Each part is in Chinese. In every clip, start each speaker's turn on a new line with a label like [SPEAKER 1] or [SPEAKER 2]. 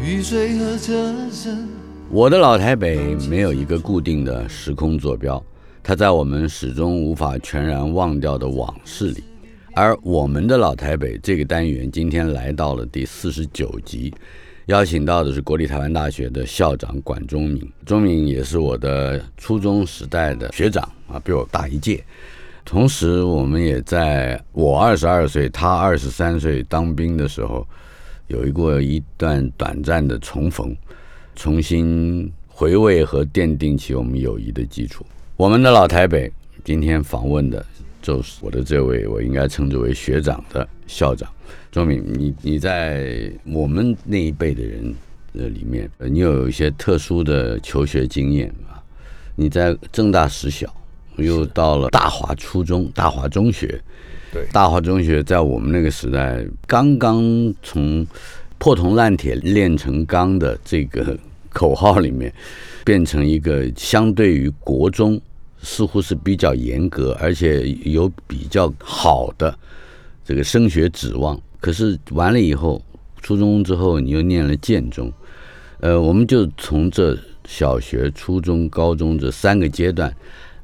[SPEAKER 1] 雨水和车声，
[SPEAKER 2] 我的老台北没有一个固定的时空坐标，它在我们始终无法全然忘掉的往事里。而我们的老台北这个单元今天来到了第四十九集，邀请到的是国立台湾大学的校长管中敏，中敏也是我的初中时代的学长啊，比我大一届。同时，我们也在我二十二岁，他二十三岁当兵的时候，有过一段短暂的重逢。重新回味和奠定起我们友谊的基础。我们的老台北今天访问的就是我的这位，我应该称之为学长的校长钟敏。你你在我们那一辈的人呃里面，呃你有一些特殊的求学经验啊。你在正大实小，又到了大华初中、大华中学。
[SPEAKER 3] 对
[SPEAKER 2] 大华中学在我们那个时代刚刚从破铜烂铁炼成钢的这个口号里面，变成一个相对于国中似乎是比较严格，而且有比较好的这个升学指望。可是完了以后，初中之后你又念了建中，呃，我们就从这小学、初中、高中这三个阶段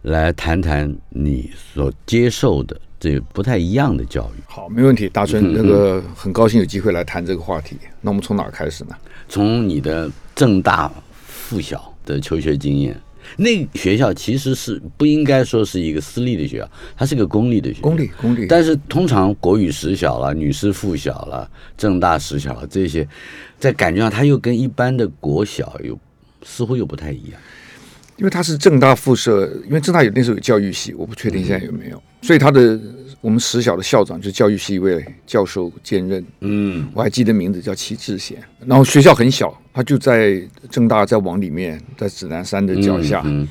[SPEAKER 2] 来谈谈你所接受的这不太一样的教育。
[SPEAKER 3] 好，没问题，大
[SPEAKER 2] 嗯
[SPEAKER 3] 春，那个很高兴有机会来谈这个话题。那我们从哪儿开始
[SPEAKER 2] 嗯
[SPEAKER 3] 呢？
[SPEAKER 2] 从你的正大附小的求学经验，那个学校其实是不应该说是一个私立的学校，它是个公立的学校。
[SPEAKER 3] 公立，公立，
[SPEAKER 2] 但是通常国语实小了、女师附小了、正大实小了这些，在感觉上它又跟一般的国小又似乎又不太一样。
[SPEAKER 3] 因为它是正大附设，因为正大有那时候有教育系，我不确定现在有没有，
[SPEAKER 2] 嗯
[SPEAKER 3] 所以他的我们实小的校长就是教育系一位教授兼任，
[SPEAKER 2] 嗯，
[SPEAKER 3] 我还记得名字叫齐志贤。然后学校很小，他就在正大再往里面，在指南山的脚下，
[SPEAKER 2] 嗯嗯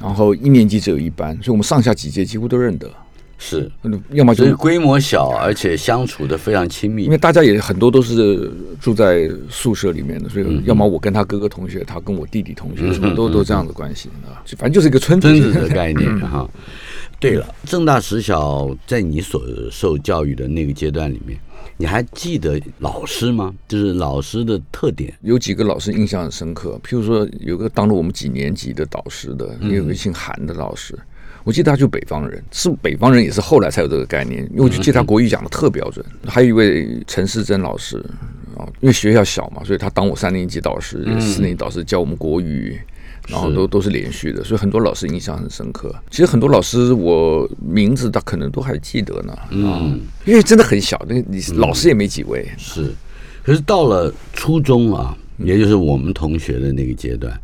[SPEAKER 3] 然后一年级只有一班，所以我们上下几届几乎都认得，
[SPEAKER 2] 是，
[SPEAKER 3] 要么就
[SPEAKER 2] 所以规模小，而且相处的非常亲密
[SPEAKER 3] 因为。大家也很多都是住在宿舍里面的，所以要么我跟他哥哥同学，他跟我弟弟同学，什么都都这样的关系啊，就反正就是一个村
[SPEAKER 2] 村
[SPEAKER 3] 子
[SPEAKER 2] 子的概念哈。 对了，正大实小，在你所受教育的那个阶段里面，你还记得老师吗？就是老师的特点，
[SPEAKER 3] 有几个老师印象很深刻，譬如说有个当了我们几年级的导师的，也有个姓韩的老师，我记得他就北方人，是北方人也是后来才有这个概念，因为我就记得他国语讲的特标准。还有一位陈世珍老师啊，因为学校小嘛，所以他当我三年级导师、四年级导师教我们国语。然后都都嗯是连续的，所以很多老师印象很深刻。其实很多老师我名字他可能都还记得呢，嗯，因为真的很小，那你老师也没几位，
[SPEAKER 2] 是，可是到了初中啊，也就是我们同学的那个阶段，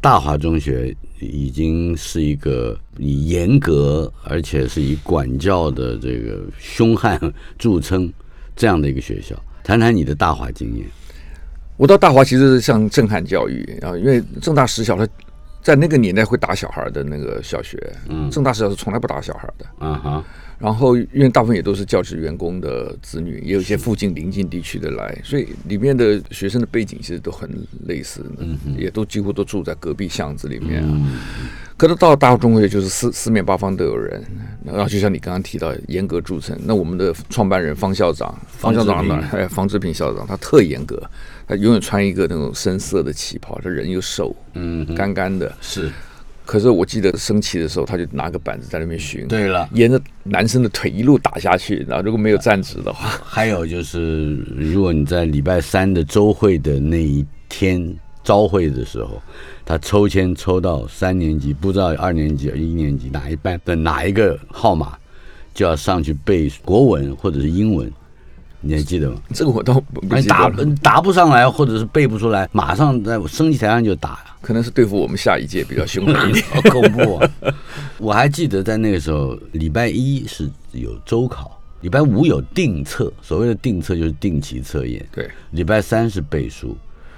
[SPEAKER 2] 大华中学已经是一个以严格而且是以管教的这个凶悍著称这样的一个学校。谈谈你的大华经验。
[SPEAKER 3] 我到大华其实是像震撼教育啊，因为正大实小它在那个年代会打小孩的那个小学，嗯，正大实小是从来不打小孩的。
[SPEAKER 2] 啊哈，
[SPEAKER 3] 然后因为大部分也都是教职员工的子女，也有一些附近邻近地区的来，所以里面的学生的背景其实都很类似的，也都几乎都住在隔壁巷子里面啊。可是到大中学就是四四面八方都有人，然后就像你刚刚提到严格著称，那我们的创办人方校长，方校长呢，哎，方志平校长他特严格，他永远穿一个那种深色的旗袍，这人又瘦，嗯，干干的，
[SPEAKER 2] 是
[SPEAKER 3] 可是我记得升旗的时候，他就拿个板子在那边巡，
[SPEAKER 2] 对了
[SPEAKER 3] 沿着男生的腿一路打下去，然后如果没有站直的话，
[SPEAKER 2] 还有就是，如果你在礼拜三的周会的那一天招会的时候，他抽签抽到三年级，不知道二年级、一年级哪一班的哪一个号码，就要上去背国文或者是英文，你还记得吗？
[SPEAKER 3] 这个我倒不不
[SPEAKER 2] 哎
[SPEAKER 3] 记得
[SPEAKER 2] 答
[SPEAKER 3] 了，
[SPEAKER 2] 答不上来，或者是背不出来，马上在我升旗台上就打呀、
[SPEAKER 3] 可能是对付我们下一届比较凶狠一点。
[SPEAKER 2] 好恐怖啊！ 我还记得在那个时候，礼拜一是有周考，礼拜五有定测，所谓的定测就是定期测验。
[SPEAKER 3] 对，
[SPEAKER 2] 礼拜三是背书，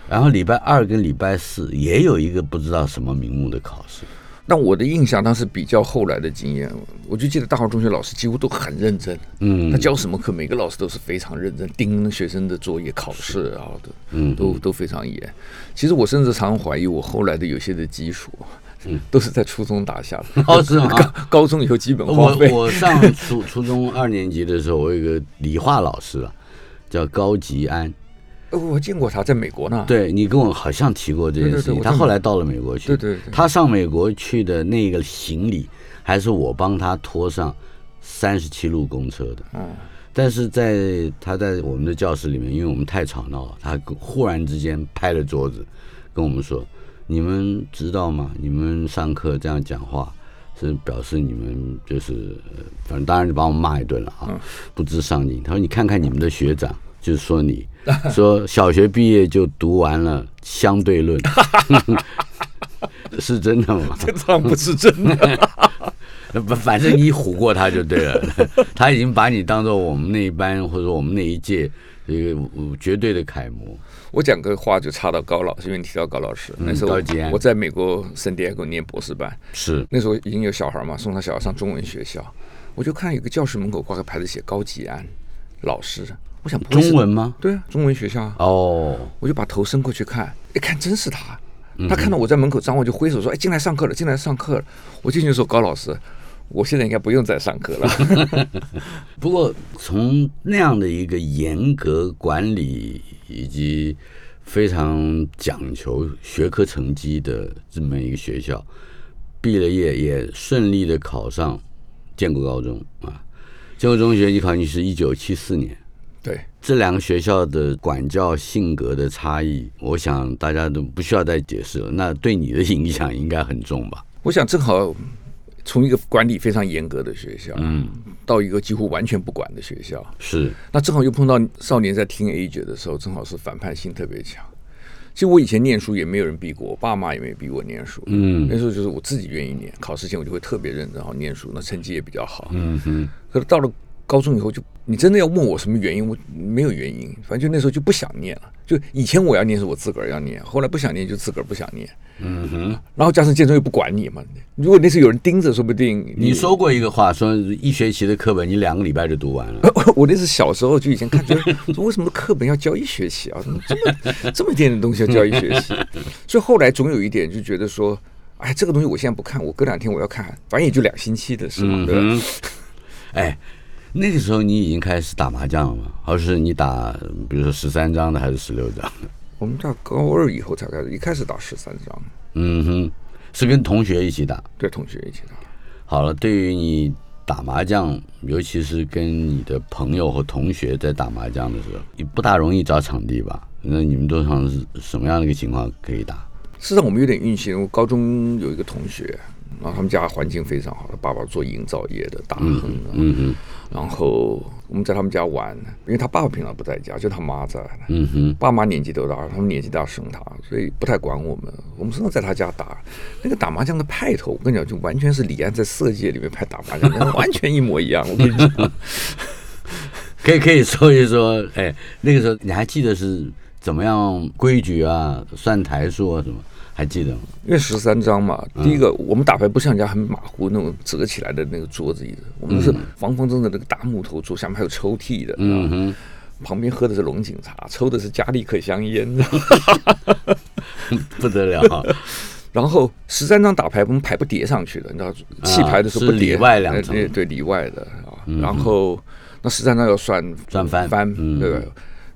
[SPEAKER 2] 然后礼拜二跟礼拜四也有一个不知道什么名目的考试。
[SPEAKER 3] 但我的印象，当时比较后来的经验，我就记得大học中学老师几乎都很认真。嗯，他教什么课，每个老师都是非常认真，盯学生的作业、考试啊的，嗯，都都非常严。其实我甚至常怀疑，我后来的有些的基础，都是在初中打下的。
[SPEAKER 2] 哦 是吗
[SPEAKER 3] 高高中以后基本
[SPEAKER 2] 我
[SPEAKER 3] 荒废。
[SPEAKER 2] 我上初 初中二年级的时候，我有一个理化老师啊，叫高吉安。
[SPEAKER 3] 我哦我见过他在美国呢。
[SPEAKER 2] 对你跟我好像提过这件事
[SPEAKER 3] 对对
[SPEAKER 2] 情，
[SPEAKER 3] 对我
[SPEAKER 2] 他
[SPEAKER 3] 正
[SPEAKER 2] 后来到了美国去，
[SPEAKER 3] 对对对
[SPEAKER 2] 他上美国去的那个行李还是我帮他拖上三十七路公车的，
[SPEAKER 3] 嗯，
[SPEAKER 2] 但是在他在我们的教室里面，因为我们太吵闹了，他忽然之间拍了桌子，跟我们说：“你们知道吗？你们上课这样讲话，是表示你们就是，呃反正当然就把我们骂一顿了啊，不知上进。”他说：“你看看你们的学长，就是说你说小学毕业就读完了相对论， 是真的吗？”
[SPEAKER 3] 这当然不是真的。
[SPEAKER 2] 不， 反正你唬过他就对了， 他已经把你当做我们那一班或者我们那一届这个呃绝对的楷模。
[SPEAKER 3] 我讲个话就插到高老师，因为你提到高老师，那时
[SPEAKER 2] 嗯
[SPEAKER 3] 候
[SPEAKER 2] 高啊吉安
[SPEAKER 3] 我在美国圣地亚哥念博士班，
[SPEAKER 2] 是，
[SPEAKER 3] 那时候已经有小孩嘛，送他小孩上中文学校，我就看有个教室门口挂个牌子写高吉安老师，我想不会是
[SPEAKER 2] 中文吗？
[SPEAKER 3] 对啊，中文学校啊，
[SPEAKER 2] 哦，
[SPEAKER 3] 我就把头伸过去看，一看真是他，他看到我在门口张望就挥手说：“哎，进来上课了，进来上课了。”我进去说：“高老师，我现在应该不用再上课 了。
[SPEAKER 2] 不过从那样的一个严格管理以及非常讲求学科成绩的这么一个学校，毕了业也顺利的考上建国高中啊。建国中学一考进去是一九七四年，”
[SPEAKER 3] 对，
[SPEAKER 2] 这两个学校的管教性格的差异，我想大家都不需要再解释了。那对你的影响应该很重吧？
[SPEAKER 3] 我想正好从一个管理非常严格的学校，嗯，到一个几乎完全不管的学校，
[SPEAKER 2] 是，
[SPEAKER 3] 那正好又碰到少年在听 A 姐的时候，正好是反叛心特别强。其实我以前念书也没有人逼过我，爸妈也没逼我念书。嗯，那时候就是我自己愿意念，考试前我就会特别认真好念书，那成绩也比较好。嗯哼。可是到了高中以后就，你真的要问我什么原因，我没有原因，反正就那时候就不想念了。就以前我要念是我自个儿要念，后来不想念就自个儿不想念。嗯哼。然后加上建中又不管你嘛，如果那时候有人盯着，说不定
[SPEAKER 2] 你说过一个话，说一学期的课本你两个礼拜就读完了。
[SPEAKER 3] 我那是小时候就已经看出来，说为什么课本要教一学期啊？怎么这么这么一点点东西要教一学期？所以后来总有一点就觉得说，哎，这个东西我现在不看，我隔两天我要看，反正也就两星期的事嘛，对吧？
[SPEAKER 2] 哎，那个时候你已经开始打麻将了吗？还是你打，比如说十三张的还是十六张的？
[SPEAKER 3] 我们到高二以后才开始，一开始打十三张，
[SPEAKER 2] 嗯哼，是跟同学一起打。
[SPEAKER 3] 对同学一起打。
[SPEAKER 2] 好了，对于你打麻将，尤其是跟你的朋友和同学在打麻将的时候，你不大容易找场地吧？那你们通常是什么样的一个情况可以打？
[SPEAKER 3] 事实上，我们有点运气。我高中有一个同学，然后他们家环境非常好，他爸爸做营造业的，大亨啊。嗯嗯。然后我们在他们家玩，因为他爸爸平常不在家，就他妈在。嗯哼。爸妈年纪都大，他们年纪大生他，所以不太管我们。我们经常在他家打，那个打麻将的派头，我跟你讲，就完全是李安在《色戒》里面拍打麻将，那完全一模一样。我跟你讲，
[SPEAKER 2] 可以可以说一说，哎，那个时候你还记得是怎么样规矩啊、算台数啊什么？还记得吗？
[SPEAKER 3] 因为十三张嘛，
[SPEAKER 2] 嗯
[SPEAKER 3] 第一个我们打牌不像人家很马虎那种折起来的那个桌子椅子，我们
[SPEAKER 2] 嗯
[SPEAKER 3] 是方方正正的那个大木头桌，下面还有抽屉的，嗯哼，旁边喝的是龙井茶，抽的是加利可香烟， 你知道吗
[SPEAKER 2] 不得了，
[SPEAKER 3] 然后十三张打牌，我们牌不叠上去的，你知道弃牌的时候不
[SPEAKER 2] 啊是
[SPEAKER 3] 叠，
[SPEAKER 2] 里外两层嗯
[SPEAKER 3] 对对里外的啊，然后那十三张要算
[SPEAKER 2] 算翻嗯
[SPEAKER 3] 翻，对吧？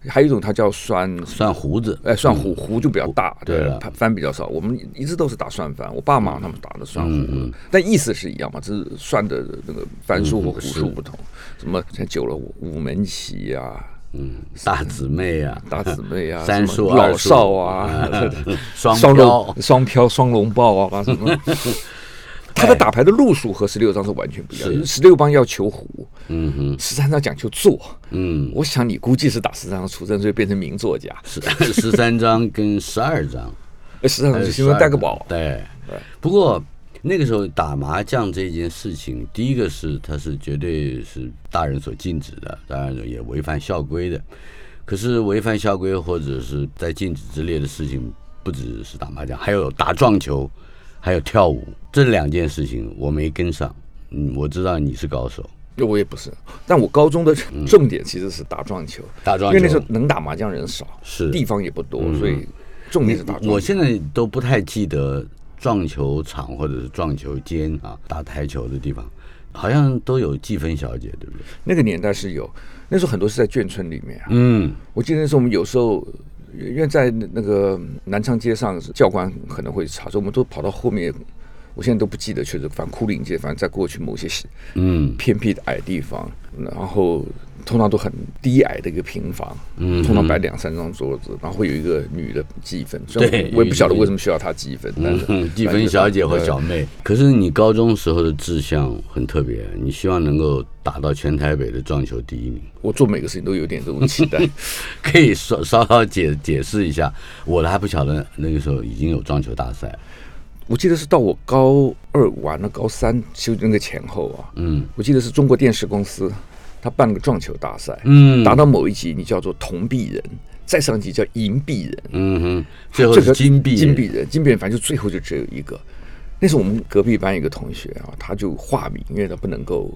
[SPEAKER 3] 还有一种它叫算
[SPEAKER 2] 算胡子，
[SPEAKER 3] 哎，算虎虎就比较大，
[SPEAKER 2] 嗯对了嗯
[SPEAKER 3] 它翻比较少。我们一直都是打算翻，我爸妈他们打的算虎，但意思是一样嘛，只是算的那个翻
[SPEAKER 2] 嗯
[SPEAKER 3] 数和虎数不同。什么像久了五门棋啊、
[SPEAKER 2] 嗯，大姊妹啊，
[SPEAKER 3] 大姊 妹啊、
[SPEAKER 2] 三
[SPEAKER 3] 什
[SPEAKER 2] 数、
[SPEAKER 3] 么
[SPEAKER 2] 二
[SPEAKER 3] 老
[SPEAKER 2] 数
[SPEAKER 3] 少啊、
[SPEAKER 2] 双
[SPEAKER 3] 双
[SPEAKER 2] 标
[SPEAKER 3] 龙、双飘、双龙豹啊什么。他的打牌的路数和十六张是完全不一样的。十六帮要求胡，
[SPEAKER 2] 嗯哼，
[SPEAKER 3] 十三张讲究坐。
[SPEAKER 2] 嗯，
[SPEAKER 3] 我想你估计是打十三张出身，所以变成名作家。
[SPEAKER 2] 十十三张跟十二张，哎
[SPEAKER 3] 呃 十三张就因为带个宝，
[SPEAKER 2] 对，不过那个时候打麻将这件事情，第一个是它是绝对是大人所禁止的，当然也违反校规的。可是违反校规或者是在禁止之列的事情，不只是打麻将，还有打撞球，还有跳舞这两件事情我没跟上。嗯，我知道你是高手，
[SPEAKER 3] 我也不是。但我高中的重点其实是打撞球，
[SPEAKER 2] 嗯打撞
[SPEAKER 3] 因
[SPEAKER 2] 球
[SPEAKER 3] 为那时候能打麻将人少，
[SPEAKER 2] 是嗯
[SPEAKER 3] 地方也不多，所以重点是打撞球。
[SPEAKER 2] 我现在都不太记得撞球场或者是撞球间啊，打台球的地方，好像都有计分小姐， 对不对？
[SPEAKER 3] 那个年代是有，那时候很多是在眷村里面啊。
[SPEAKER 2] 嗯，
[SPEAKER 3] 我记得那时候我们有时候，呃因为在那个南昌街上，教官可能会查，所以我们都跑到后面。我现在都不记得确实，反正枯岭街，反正在过去某些
[SPEAKER 2] 嗯
[SPEAKER 3] 偏僻的矮地方，然后通常都很低矮的一个平房，嗯，通常摆两三张桌子，然后会有一个女的计分，虽然
[SPEAKER 2] 对
[SPEAKER 3] 我我也不晓得为什么需要她计分，但是
[SPEAKER 2] 嗯，计分小姐或小妹。 可是你高中时候的志向很特别，你希望能够打到全台北的撞球第一名。
[SPEAKER 3] 我做每个事情都有点这种期待，
[SPEAKER 2] 可以稍稍稍解解释一下，我还不晓得那个时候已经有撞球大赛。
[SPEAKER 3] 我记得是到我高二完了高三就那个前后啊，
[SPEAKER 2] 嗯
[SPEAKER 3] 我记得是中国电视公司，他办了个撞球大赛，
[SPEAKER 2] 嗯
[SPEAKER 3] 打到某一集你叫做铜币人，再上一集叫银币人，
[SPEAKER 2] 嗯哼，最后
[SPEAKER 3] 这
[SPEAKER 2] 是
[SPEAKER 3] 个
[SPEAKER 2] 金币
[SPEAKER 3] 金币人，金币人，反正就最后就只有一个。那是我们隔壁班一个同学啊，他就化名，因为他不能够，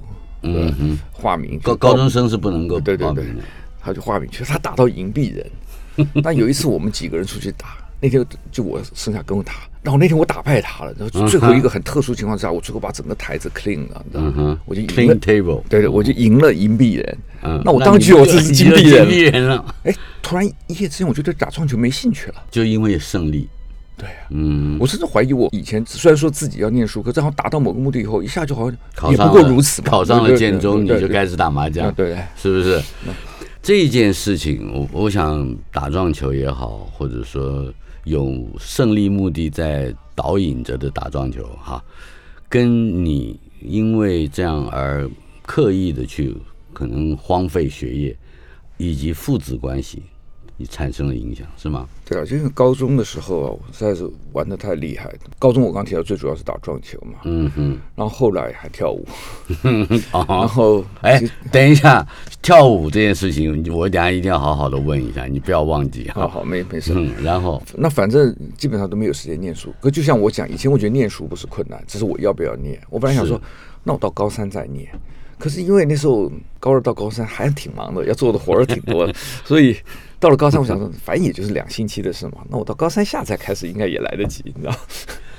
[SPEAKER 3] 嗯
[SPEAKER 2] 哼，
[SPEAKER 3] 化名
[SPEAKER 2] 高高中生是不能够
[SPEAKER 3] 对对
[SPEAKER 2] 报
[SPEAKER 3] 对
[SPEAKER 2] 名的。，
[SPEAKER 3] 他就化名去，他打到银币 人。那有一次我们几个人出去打，那天就我剩下跟我打，然后那天我打败他了，然
[SPEAKER 2] 嗯
[SPEAKER 3] 后最后一个很特殊情况之下，我最后把整个台子 clean 了，你知
[SPEAKER 2] 嗯
[SPEAKER 3] 道吗
[SPEAKER 2] 哼？
[SPEAKER 3] 我就赢了
[SPEAKER 2] ，clean。table。
[SPEAKER 3] 对对，我就赢了银币人。
[SPEAKER 2] 嗯，
[SPEAKER 3] 那我
[SPEAKER 2] 你
[SPEAKER 3] 当局我
[SPEAKER 2] 就
[SPEAKER 3] 自己
[SPEAKER 2] 你
[SPEAKER 3] 金
[SPEAKER 2] 就
[SPEAKER 3] 币
[SPEAKER 2] 金
[SPEAKER 3] 人
[SPEAKER 2] 币人了，
[SPEAKER 3] 哎，突然一夜之间，我就对打撞球没兴趣了。
[SPEAKER 2] 就因为胜利。
[SPEAKER 3] 对啊，
[SPEAKER 2] 嗯，
[SPEAKER 3] 我甚至怀疑我以前虽然说自己要念书，可是好像达到某个目的以后，一下就好像
[SPEAKER 2] 考
[SPEAKER 3] 也
[SPEAKER 2] 上
[SPEAKER 3] 不
[SPEAKER 2] 了
[SPEAKER 3] 过如此吧。
[SPEAKER 2] 考上了
[SPEAKER 3] 对
[SPEAKER 2] 建中，你就
[SPEAKER 3] 对啊
[SPEAKER 2] 开始打麻将，
[SPEAKER 3] 对对嗯对
[SPEAKER 2] 是不是？这件事情，我我想打撞球也好，或者说有胜利目的在导引着的打撞球哈，跟你因为这样而刻意的去可能荒废学业，以及父子关系，你产生了影响是吗？
[SPEAKER 3] 对啊，因为高中的时候啊，我实在是玩的太厉害。高中我刚提到最主要是打撞球嘛，
[SPEAKER 2] 嗯哼，
[SPEAKER 3] 然后后来还跳舞，然
[SPEAKER 2] 哦。
[SPEAKER 3] 后
[SPEAKER 2] 哎
[SPEAKER 3] 其，
[SPEAKER 2] 等一下，跳舞这件事情，我等一下一定要好好的问一下，你不要忘记哈。
[SPEAKER 3] 好好没没事。
[SPEAKER 2] 嗯，然后
[SPEAKER 3] 那反正基本上都没有时间念书。可就像我讲，以前我觉得念书不是困难，只是我要不要念。我本来想说，那我到高三再念。可是因为那时候高二到高三还挺忙的，要做的活儿挺 多的，所以到了高三，我想说，反正也就是两星期的事嘛。那我到高三下再开始，应该也来得及，你知道？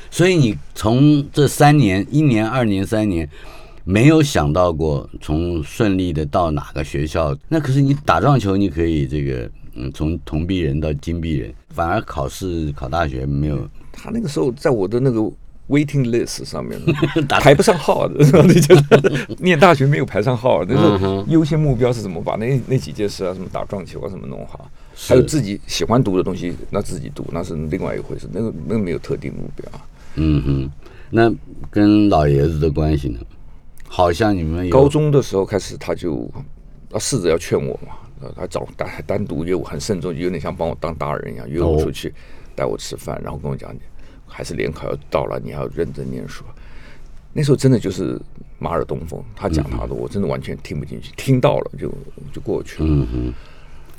[SPEAKER 2] 所以你从这三年，一年、二年、三年，没有想到过从顺利的到哪个学校。那可是你打撞球，你可以这个，嗯，从铜币人到金币人，反而考试考大学没有。
[SPEAKER 3] 他那个时候在我的那个 waiting list 上面
[SPEAKER 2] 打
[SPEAKER 3] 排不上号的， 你就是念大学没有排上号。那时候优先目标是怎么把那那几件事啊，什么打撞球啊，什么弄好，还有自己喜欢读的东西，那自己读那是另外一回事，那个那个没有特定目标。
[SPEAKER 2] 嗯哼，那跟老爷子的关系呢？好像你们有
[SPEAKER 3] 高中的时候开始，他就他试着要劝我嘛，呃他找单单独约我，很慎重，有点像帮我当大人一样，约我
[SPEAKER 2] 哦
[SPEAKER 3] 出去，带我吃饭，然后跟我讲，还是联考要到了，你还要认真念书。那时候真的就是马尔东风，他讲他的，我真的完全听不进去，听到了就就过去了。
[SPEAKER 2] 嗯哼，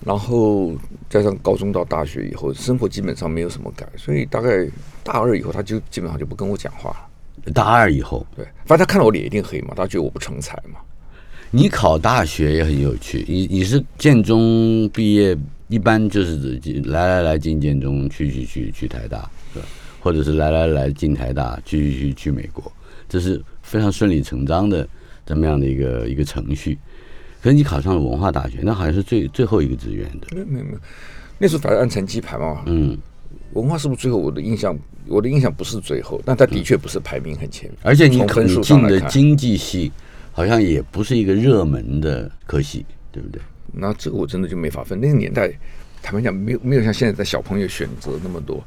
[SPEAKER 3] 然后加上高中到大学以后，生活基本上没有什么改，所以大概大二以后，他就基本上就不跟我讲话了。
[SPEAKER 2] 大二以后，
[SPEAKER 3] 对，反正他看到我脸一定黑嘛，他觉得我不成才嘛。
[SPEAKER 2] 你考大学也很有趣，你你是建中毕业，一般就是指来来来进建中，去去去去台大，是吧？或者是来来来进台大，去去去去美国，这是非常顺理成章的这么样的一个一个程序。可是你考上了文化大学，那好像是最最后一个志愿的。
[SPEAKER 3] 没有没有没有，那时候反正按成绩排嘛，
[SPEAKER 2] 嗯，
[SPEAKER 3] 文化是不是最后？我的印象，我的印象不是最后，但他的确不是排名很前面。
[SPEAKER 2] 而且你
[SPEAKER 3] 从
[SPEAKER 2] 考
[SPEAKER 3] 分
[SPEAKER 2] 你
[SPEAKER 3] 数
[SPEAKER 2] 进
[SPEAKER 3] 上来
[SPEAKER 2] 的
[SPEAKER 3] 看，
[SPEAKER 2] 经济系，好像也不是一个热门的科系，对不对？
[SPEAKER 3] 那这个我真的就没法分。那个年代，坦白讲，没有没有像现在的小
[SPEAKER 2] 嗯
[SPEAKER 3] 朋友选择那么多，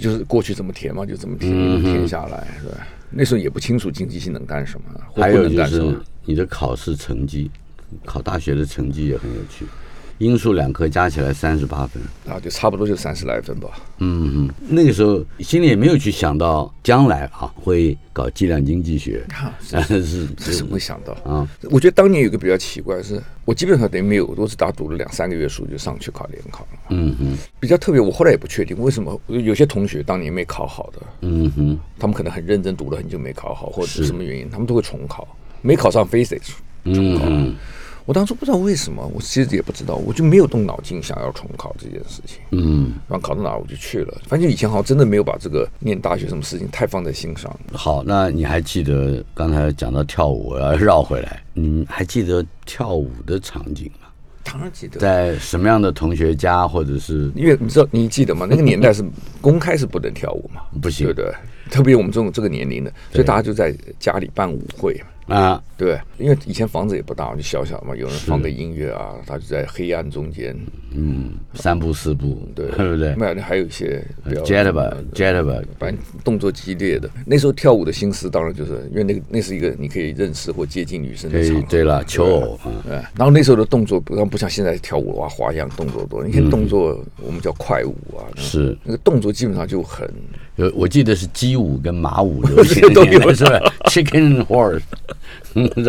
[SPEAKER 3] 就是过去怎么填嘛，就怎么填，填下来，是吧？那时候也不清楚经济系能干什么，或
[SPEAKER 2] 还
[SPEAKER 3] 不
[SPEAKER 2] 有
[SPEAKER 3] 能
[SPEAKER 2] 就
[SPEAKER 3] 干什
[SPEAKER 2] 是
[SPEAKER 3] 么。
[SPEAKER 2] 你的考试成绩，考大学的成绩也很有趣，英数两科加起来三十八分。
[SPEAKER 3] 啊，就差不多就三十来分吧。
[SPEAKER 2] 嗯嗯，那个时候心里也没有去想到将来啊会搞计量经济 学，
[SPEAKER 3] 看，这
[SPEAKER 2] 但 是
[SPEAKER 3] 这怎么会想到？
[SPEAKER 2] 啊？
[SPEAKER 3] 我觉得当年有个比较奇怪的是，我基本上等于没有，我只打赌了两三个月书就上去考联考了。
[SPEAKER 2] 嗯哼
[SPEAKER 3] 比较特别，我后来也不确定为什么有些同学当年没考好的，
[SPEAKER 2] 嗯哼
[SPEAKER 3] 他们可能很认真读了很久没考好，或者是什么原因，他们都会重考，没考上非得重
[SPEAKER 2] 嗯
[SPEAKER 3] 考。
[SPEAKER 2] 嗯
[SPEAKER 3] 我当初不知道为什么，我其实也不知道，我就没有动脑筋想要重考这件事情。
[SPEAKER 2] 嗯，
[SPEAKER 3] 然后考到哪儿我就去了，反正以前好像真的没有把这个念大学什么事情太放在心上。
[SPEAKER 2] 好，那你还记得刚才讲到跳舞，我要 绕回来，你还记得跳舞的场景吗？
[SPEAKER 3] 当然记得，
[SPEAKER 2] 在什么样的同学家，或者是
[SPEAKER 3] 因为你知道，你记得吗？那个年代是公开是不能跳 舞嘛，
[SPEAKER 2] 不行
[SPEAKER 3] 嗯对不对？特别我们这种这个年龄的，所以大家就在家里办舞会，
[SPEAKER 2] 啊？
[SPEAKER 3] 对不对，因为以前房子也不大，就小小嘛，有人放个音乐啊，他就在黑暗中间，
[SPEAKER 2] 嗯，三步四步，
[SPEAKER 3] 对
[SPEAKER 2] 对不对
[SPEAKER 3] 那还有一些比较
[SPEAKER 2] j e t b a j e t b a
[SPEAKER 3] 反正动作激烈的。那时候跳舞的心思，当然就是因为那个那是一个你可以认识或接近女生
[SPEAKER 2] 可
[SPEAKER 3] 的场
[SPEAKER 2] 以
[SPEAKER 3] 合。
[SPEAKER 2] 对了，求偶 啊，
[SPEAKER 3] 对，然后那时候的动作不不像现在跳舞啊花样动作多，以前动作我们叫快舞啊，那
[SPEAKER 2] 嗯是
[SPEAKER 3] 那个动作基本上就很
[SPEAKER 2] 有我记得是鸡舞跟马舞 流行
[SPEAKER 3] 都有
[SPEAKER 2] 是吧？Chicken horse，对吧
[SPEAKER 3] 你不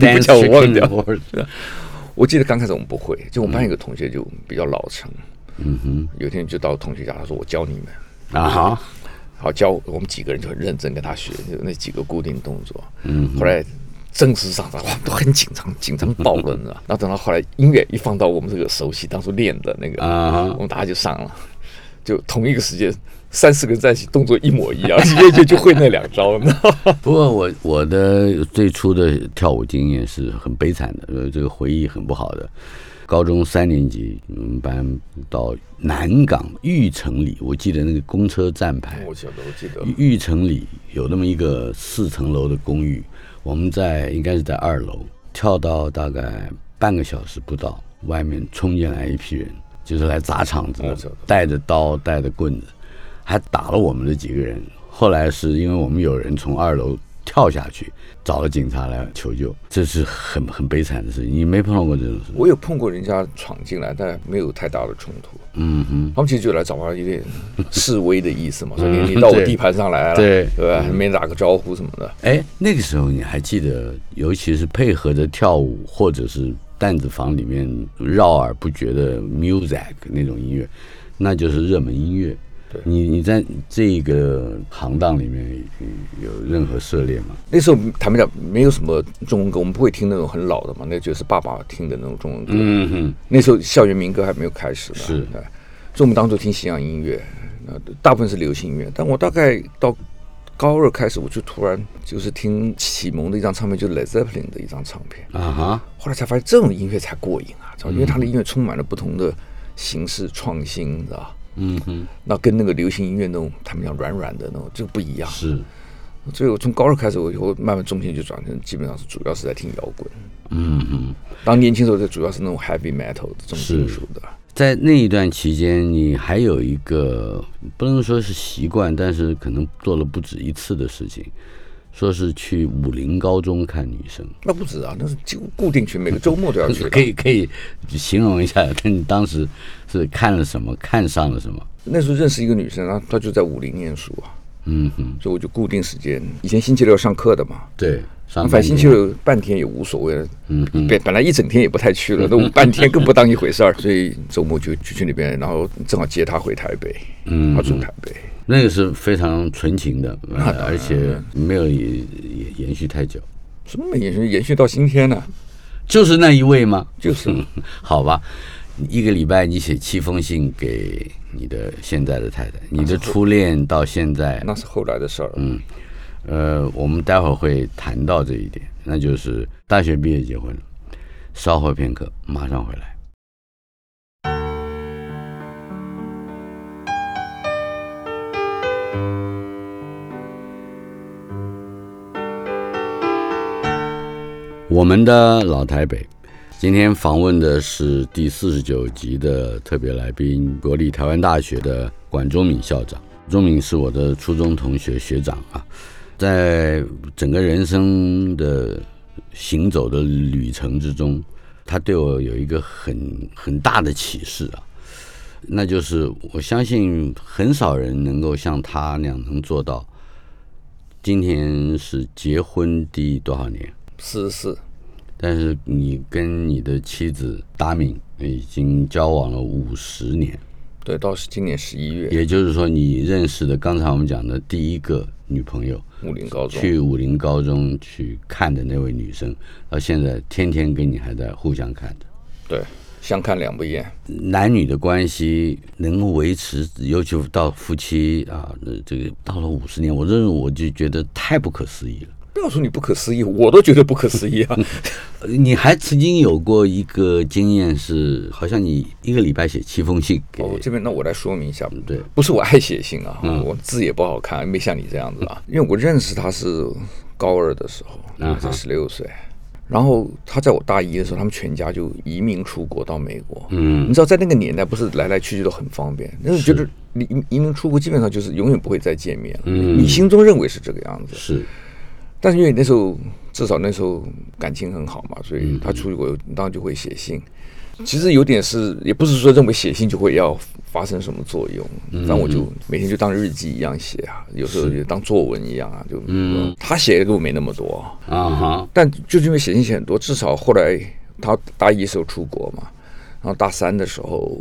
[SPEAKER 2] ？Dance
[SPEAKER 3] 叫我忘
[SPEAKER 2] chicken
[SPEAKER 3] 掉
[SPEAKER 2] horse，
[SPEAKER 3] 我记得刚开始我们不会，就我们班有个同学就比较老成，嗯哼，有一天就到同学家，他说我教你们，
[SPEAKER 2] 啊哈，
[SPEAKER 3] 好教我们几个人就很认真跟他学，就那几个固定动作，嗯，后来。正式上场，哇，都很紧张，紧张爆了，你知道。 然后等到后来音乐一放到我们这个熟悉当初练的那个，
[SPEAKER 2] 啊哈
[SPEAKER 3] 我们大家就上了，就同一个时间，三四个人在一起，动作一模一样， 直接就就会那两招，你知道吗。
[SPEAKER 2] 不过我我的最初的跳舞经验是很悲惨的，呃，这个回忆很不好的。高中三年级，我们班到南港玉城里，我记得那个公车站牌，
[SPEAKER 3] 我记得，我记得
[SPEAKER 2] 玉城里有那么一个四层楼的公寓，我们在应该是在二楼，跳到大概半个小时不到，外面冲进来一批人，就是来砸场子
[SPEAKER 3] 我
[SPEAKER 2] 的
[SPEAKER 3] 知道，
[SPEAKER 2] 带着刀，带着棍子，还打了我们的几个人。后来是因为我们有人从二楼跳下去，找了警察来求救，这是很很悲惨的事情。你没碰到过这种事？
[SPEAKER 3] 我有碰过人家闯进来，但没有太大的冲突。
[SPEAKER 2] 嗯哼，
[SPEAKER 3] 他们其实就来找我，有点示威的意思嘛，说你你到我
[SPEAKER 2] 对
[SPEAKER 3] 地盘上来了，
[SPEAKER 2] 对
[SPEAKER 3] 对吧？没打个招呼什么的。
[SPEAKER 2] 哎，那个时候你还记得，尤其是配合着跳舞或者是弹子房里面绕耳不绝的 music 那种音乐，那就是热门音乐。你你在这个行当里面有任何涉猎吗？
[SPEAKER 3] 那时候坦白讲，没有什么中文歌，我们不会听那种很老的嘛，那就是爸爸听的那种中文歌。
[SPEAKER 2] 嗯哼，
[SPEAKER 3] 那时候校园民歌还没有开始呢，
[SPEAKER 2] 是
[SPEAKER 3] 对，所以我们当初听西洋音乐，呃，大部分是流行音乐。但我大概到高二开始，我就突然就是听启蒙的一张唱片，就是 Led Zeppelin 的一张唱片。
[SPEAKER 2] 啊哈，
[SPEAKER 3] 后来才发现这种音乐才过瘾啊，知道因为
[SPEAKER 2] 嗯
[SPEAKER 3] 他的音乐充满了不同的形式创新，你知道
[SPEAKER 2] 嗯哼，
[SPEAKER 3] 那跟那个流行音乐那种他们讲软软的那种就不一样。
[SPEAKER 2] 是，
[SPEAKER 3] 所以我从高二开始，我以后慢慢重心就转成，基本上是主要是在听摇滚。
[SPEAKER 2] 嗯哼。
[SPEAKER 3] 当年轻时候，就主要是那种 heavy metal 的重金属的。
[SPEAKER 2] 在那一段期间，你还有一个不能说是习惯，但是可能做了不止一次的事情，说是去武林高中看女生。
[SPEAKER 3] 那不止啊，那是几乎固定去，每个周末都要去的。
[SPEAKER 2] 可以可以形容一下，看你当时是看了什么，看上了什么？
[SPEAKER 3] 那时候认识一个女生，然后她就在武林念书啊，
[SPEAKER 2] 嗯哼，
[SPEAKER 3] 所以我就固定时间，以前星期六上课的嘛，
[SPEAKER 2] 对，上
[SPEAKER 3] 反正
[SPEAKER 2] 啊半
[SPEAKER 3] 星期六半天也无所谓了，
[SPEAKER 2] 嗯嗯
[SPEAKER 3] 本本来一整天也不 太去了，那我半天更不当一回事儿，所以周末就就去那边，然后正好接她回台北，
[SPEAKER 2] 嗯
[SPEAKER 3] 她住台北，
[SPEAKER 2] 那个是非常纯情的，呃而且没有也也延续太久，
[SPEAKER 3] 什么延续延续到今天呢？
[SPEAKER 2] 就是那一位吗？
[SPEAKER 3] 就是
[SPEAKER 2] 嗯，好吧，一个礼拜你写七封信给你的现在的太太，你的初恋到现在，
[SPEAKER 3] 那是后来的事儿，
[SPEAKER 2] 嗯，呃，我们待会儿会谈到这一点，那就是大学毕业结婚了。稍后片刻，马上回来。我们的老台北，今天访问的是第四十九集的特别来宾，国立台湾大学的管中敏校长。中敏是我的初中同学学长啊，在整个人生的行走的旅程之中，他对我有一个很很大的启示啊，那就是我相信很少人能够像他那样能做到。今天是结婚第多少年？
[SPEAKER 3] 四十四，
[SPEAKER 2] 但是你跟你的妻子达敏已经交往了五十年，
[SPEAKER 3] 对，到是今年十一月，
[SPEAKER 2] 也就是说，你认识的刚才我们讲的第一个女朋友，
[SPEAKER 3] 武林高中
[SPEAKER 2] 去武林高中去看的那位女生，到现在天天跟你还在互相看着，
[SPEAKER 3] 对，相看两不厌，
[SPEAKER 2] 男女的关系能够维持，尤其到夫妻啊，呃这个到了五十年，我认为我就觉得太不可思议了。
[SPEAKER 3] 不要说你不可思议，我都觉得不可 思议啊！
[SPEAKER 2] 呃你还曾经有过一个经验是，好像你一个礼拜写七封信给，
[SPEAKER 3] 哦，这边那我来说明一下，
[SPEAKER 2] 对，
[SPEAKER 3] 不是我爱写信啊，我字也不好看，没像你这样子啊。因为我认识他是高二的时候，我才十六岁。然后他在我大一的时候，他们全家就移民出国到美国。嗯，你知道，在那个年代，不是来来去去都很方便。那时候觉得移移民出国基本上就是永远不会再见面了。嗯，你心中认为是这个样子，
[SPEAKER 2] 是
[SPEAKER 3] 但是因为那时候至少那时候感情很好嘛，所以他出去我当然就会写信。其实有点是，也不是说认为写信就会要发生什么作用，但我就每天就当日记一样写啊，有时候也当作文一样啊，就他写的都没那么多，
[SPEAKER 2] 啊哈，
[SPEAKER 3] 但就是因为写信写很多，至少后来他大一时候出国嘛，然后大三的时候，